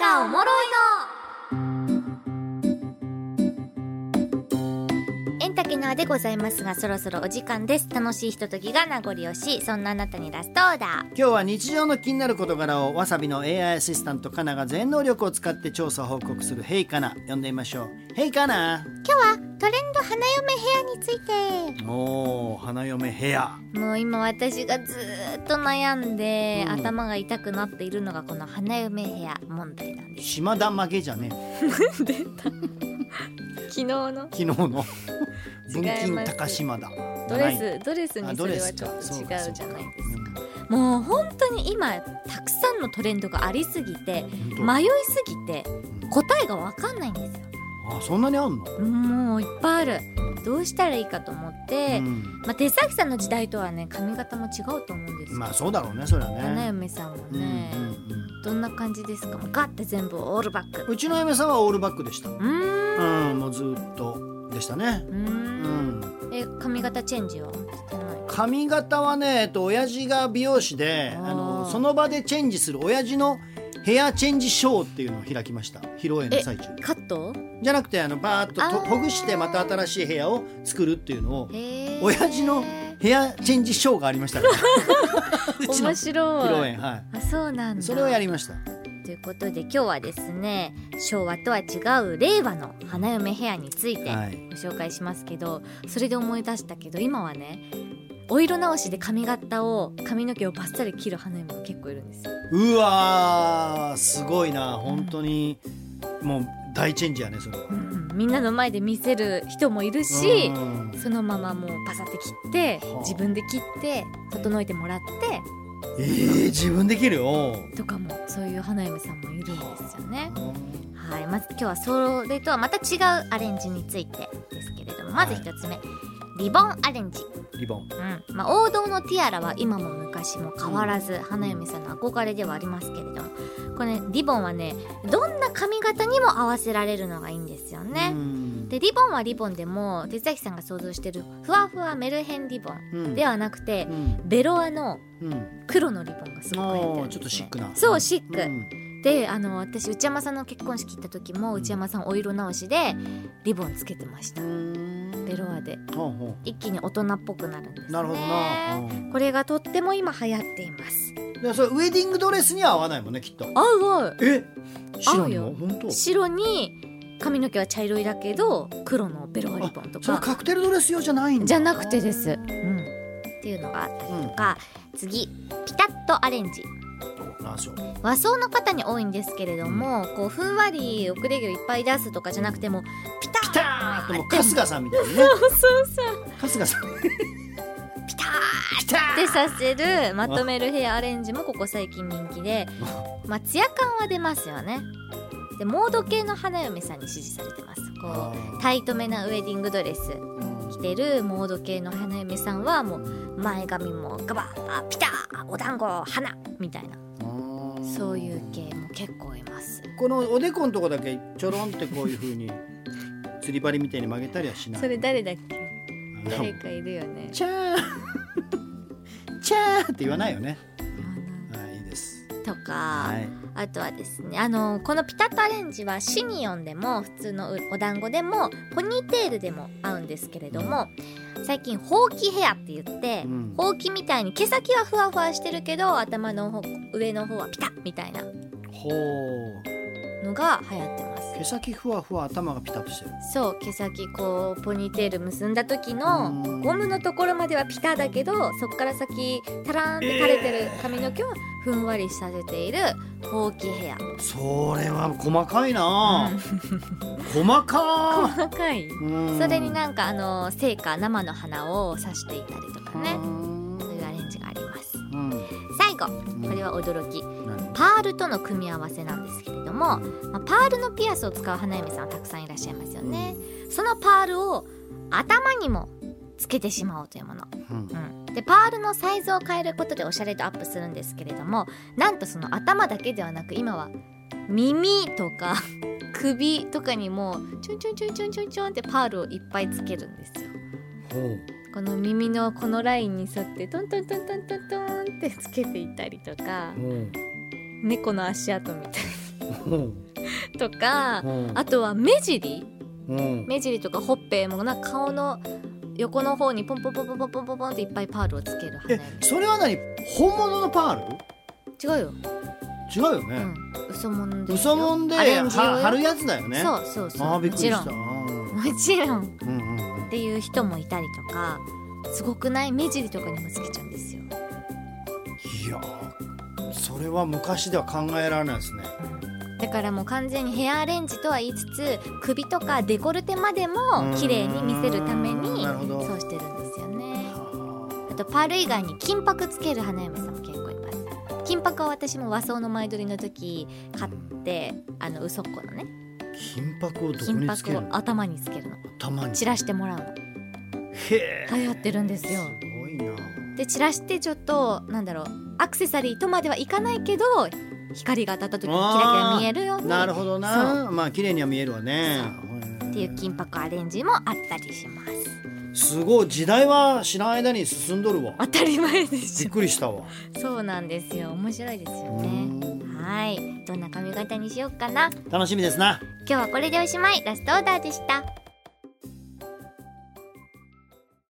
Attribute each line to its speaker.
Speaker 1: がおもろいのエンタケナーでございますがそろそろお時間です楽しいひとときが名残惜しいそんなあなたにラストオーダー
Speaker 2: 今日は日常の気になる事柄をわさびの AI アシスタントカナが全能力を使って調査報告する「ヘイカナ」呼んでみましょう「ヘイカナ
Speaker 1: 今日はトレンド花嫁ヘアについて」
Speaker 2: おー花嫁ヘア
Speaker 1: もう今私がずーっと悩んで、
Speaker 2: うん
Speaker 1: 頭が痛くなっているのがこの花嫁ヘア問題なんです
Speaker 2: 島田負けじゃね
Speaker 1: 出た昨日の
Speaker 2: 昨日 の文
Speaker 1: 違い
Speaker 2: 金
Speaker 1: ます
Speaker 2: 高島田
Speaker 1: ドレ
Speaker 2: ない
Speaker 1: スドレス
Speaker 2: あ
Speaker 1: に
Speaker 2: ド
Speaker 1: そ
Speaker 2: レ
Speaker 1: れは
Speaker 2: ス
Speaker 1: ち
Speaker 2: か
Speaker 1: ょっと違う
Speaker 2: そう
Speaker 1: じゃ
Speaker 2: か
Speaker 1: ない
Speaker 2: そ
Speaker 1: うで
Speaker 2: か
Speaker 1: すかもう本当に今たくさんのトレンドがありすぎて
Speaker 2: うん本当
Speaker 1: 迷いすぎて
Speaker 2: うん
Speaker 1: 答えがわかんないんです
Speaker 2: あそんなにあんの、
Speaker 1: よもういっぱいあるどうしたらいいかと思って、
Speaker 2: うん
Speaker 1: まあ、手先さんの時代とはね髪型も違うと思うんですよ、
Speaker 2: まあそうだろうねそれは
Speaker 1: 花
Speaker 2: ね
Speaker 1: 嫁さんも
Speaker 2: うんうん
Speaker 1: ね、どんな感じですかもうガッて全部オールバック
Speaker 2: うんうちの嫁さんはオールバックでした
Speaker 1: うーん
Speaker 2: うんもうずーっとでしたね
Speaker 1: う
Speaker 2: う
Speaker 1: ーん
Speaker 2: ん
Speaker 1: え髪型チェンジはしてない
Speaker 2: 髪型はね、えっと、親父が美容師で
Speaker 1: あ
Speaker 2: あ
Speaker 1: ー
Speaker 2: のその場でチェンジする親父のヘアチェンジショーっていうのを開きました披露宴の最中
Speaker 1: カット
Speaker 2: じゃなくてあのバーッとと
Speaker 1: あー
Speaker 2: ほぐしてまた新しい部屋を作るっていうのを
Speaker 1: へえ
Speaker 2: 親父のヘアチェンジショーがありまし たからうちの
Speaker 1: 面
Speaker 2: 披
Speaker 1: 白い
Speaker 2: 露宴は
Speaker 1: あそうなん
Speaker 2: い
Speaker 1: だ
Speaker 2: それをやりました
Speaker 1: ということで今日はですね昭和とは違う令和の花嫁ヘアについて
Speaker 2: は
Speaker 1: ご紹介しますけど、それで思い出したけど今はねお色直しで髪型を髪の毛をバッサリ切る花嫁も結構いるんですよ
Speaker 2: うわーすごいな本当にもう大チェンジやねそれは
Speaker 1: うんみんなの前で見せる人もいるし
Speaker 2: うん
Speaker 1: そのままもうパサって切って
Speaker 2: はあ
Speaker 1: 自分で切って整えてもらって
Speaker 2: えー、自分できるよ
Speaker 1: とかもそういう花嫁さんもいるんですよね。はい、まず今日はそれとはまた違うアレンジについてですけれどもまず一つ目、リボンアレンジ、
Speaker 2: リボン
Speaker 1: うんまあ、王道のティアラは今も昔も変わらず花嫁さんの憧れではありますけれどもこれ、リボンはねどんな髪型にも合わせられるのがいいんですよね。
Speaker 2: うん
Speaker 1: でリボンはリボンでも手崎さんが想像してるふわふわメルヘンリボン
Speaker 2: うん
Speaker 1: ではなくて
Speaker 2: うん
Speaker 1: ベロアの
Speaker 2: うん
Speaker 1: 黒のリボンがすごく入ってる
Speaker 2: お
Speaker 1: んです
Speaker 2: ー
Speaker 1: ね
Speaker 2: ちょっとシックな
Speaker 1: そうシック、
Speaker 2: うん
Speaker 1: であの私内山さんの結婚式行った時も
Speaker 2: うん
Speaker 1: 内山さんお色直しでリボンつけてましたベロアで
Speaker 2: ほうほ
Speaker 1: 一気に大人っぽくなるんです、
Speaker 2: う
Speaker 1: ね、
Speaker 2: なるほどな、うん
Speaker 1: これがとっても今流行っています
Speaker 2: でそれウェディングドレスには合わないもんねきっと
Speaker 1: 合う合う
Speaker 2: え白に
Speaker 1: 合う
Speaker 2: も
Speaker 1: よ
Speaker 2: 本当そ
Speaker 1: 白に髪の毛は茶色いだけど黒のベロアリボンと
Speaker 2: れ
Speaker 1: か
Speaker 2: カクテルドレス用じゃないんだ
Speaker 1: じゃなくてです、うん、っていうのがあったり
Speaker 2: うん
Speaker 1: とか次ピタッとアレンジ
Speaker 2: あそう
Speaker 1: 和装の方に多いんですけれどもこうふんわり遅れ毛をいっぱい出すとかじゃなくてもピタッ
Speaker 2: ピターンともう春日さんみたいなね
Speaker 1: そうそう
Speaker 2: 春日さん
Speaker 1: ピターってさせるまとめるヘアアレンジもここ最近人気でまあツヤ感は出ますよねでモード系の花嫁さんに支持されてますこうタイトめなウェディングドレス着てるモード系の花嫁さんはもう前髪もガバッピターお団子花みたいなそういう系も結構います
Speaker 2: このおでこのとこだけちょろんってこういう風に釣り針みたいに曲げたりはしない
Speaker 1: それ誰だっけ
Speaker 2: あ
Speaker 1: 誰かいるよ ね
Speaker 2: チャー チャーって言わないよねはいいいです
Speaker 1: とか、
Speaker 2: はい
Speaker 1: あとはですねあのこのピタッとアレンジはシニオンでも普通のうお団子でもポニーテールでも合うんですけれども最近ほうきヘアって言って
Speaker 2: うん
Speaker 1: ほうきみたいに毛先はふわふわしてるけど頭のほ上の方はピタッみたいな
Speaker 2: ほう
Speaker 1: のが流行ってます
Speaker 2: 毛先ふわふわ頭がピタッとしてる
Speaker 1: そう毛先こうポニーテール結んだ時の
Speaker 2: うん
Speaker 1: ゴムのところまではピタだけどそこから先タラーンって垂れてる髪の毛をふんわりさせているほうきヘア
Speaker 2: それは細かいな、細か
Speaker 1: 細かい
Speaker 2: ーうん
Speaker 1: それになんかあの聖火生の花を刺していたりとかね
Speaker 2: うん
Speaker 1: そういうアレンジがあります
Speaker 2: うん
Speaker 1: 最後これは驚き
Speaker 2: 何
Speaker 1: パールとの組み合わせなんですけれども、まあ、パールのピアスを使う花嫁さんはたくさんいらっしゃいますよねそのパールを頭にもつけてしまおうというもの、
Speaker 2: うん
Speaker 1: うん、でパールのサイズを変えることでおしゃれ度アップするんですけれどもなんとその頭だけではなく今は耳とか 首とかにもちょんちょんちょんちょんちょんちょんってパールをいっぱいつけるんですよ
Speaker 2: ほう
Speaker 1: この耳のこのラインに沿ってトントントントントントンってつけていたりとか
Speaker 2: ほう
Speaker 1: 猫の足跡みたい
Speaker 2: うん
Speaker 1: とか
Speaker 2: うん
Speaker 1: あとは目尻
Speaker 2: うん
Speaker 1: 目尻とかほっぺもなんか顔の横の方にポンポンポンポンポンポンポンポンっていっぱいパールをつける花
Speaker 2: え
Speaker 1: 嫁
Speaker 2: それは何本物のパール
Speaker 1: 違うよ、
Speaker 2: 違うよ
Speaker 1: う
Speaker 2: ね
Speaker 1: ん、嘘もんですよ
Speaker 2: 嘘もんで
Speaker 1: アレン
Speaker 2: は
Speaker 1: ジ用よ
Speaker 2: 貼るやつだよね
Speaker 1: そうそうそう
Speaker 2: あーびっ
Speaker 1: も
Speaker 2: くり
Speaker 1: ちろ
Speaker 2: した
Speaker 1: ん
Speaker 2: うん
Speaker 1: もちろん
Speaker 2: うんうんうん
Speaker 1: っていう人もいたりとかすごくない目尻とかにもつけちゃうんですよ、
Speaker 2: いやーそれは昔では考えられないですね
Speaker 1: だからもう完全にヘアアレンジとは言いつつ首とかデコルテまでも
Speaker 2: うん
Speaker 1: 綺麗に見せるために
Speaker 2: なるほど
Speaker 1: そうしてるんですよねあとパール以外に金箔つける花嫁さんも結構います金箔は私も和装の前撮りの時買ってあの嘘っ子のね
Speaker 2: 金箔をどこ
Speaker 1: 金
Speaker 2: につけ
Speaker 1: 箔
Speaker 2: る
Speaker 1: を
Speaker 2: の
Speaker 1: 頭につけるの
Speaker 2: 頭に
Speaker 1: 散らしてもらうの
Speaker 2: へえ
Speaker 1: 流行ってるんですよ
Speaker 2: すごいな
Speaker 1: で散らしてちょっとなんだろうアクセサリーとまではいかないけど光が当たった時にキラキラ見えるように
Speaker 2: なるほどなまあ綺麗には見えるわね
Speaker 1: っ
Speaker 2: へ
Speaker 1: て
Speaker 2: え
Speaker 1: いう金箔アレンジもあったりします
Speaker 2: すごい時代は知らん間に進んどるわ
Speaker 1: 当たり前で
Speaker 2: び
Speaker 1: し
Speaker 2: っくりしたわ
Speaker 1: ょそうなんですよ面白いですよね
Speaker 2: うん
Speaker 1: はいどんな髪型にしようかな
Speaker 2: 楽しみですな
Speaker 1: 今日はこれでおしまいラストオーダーでした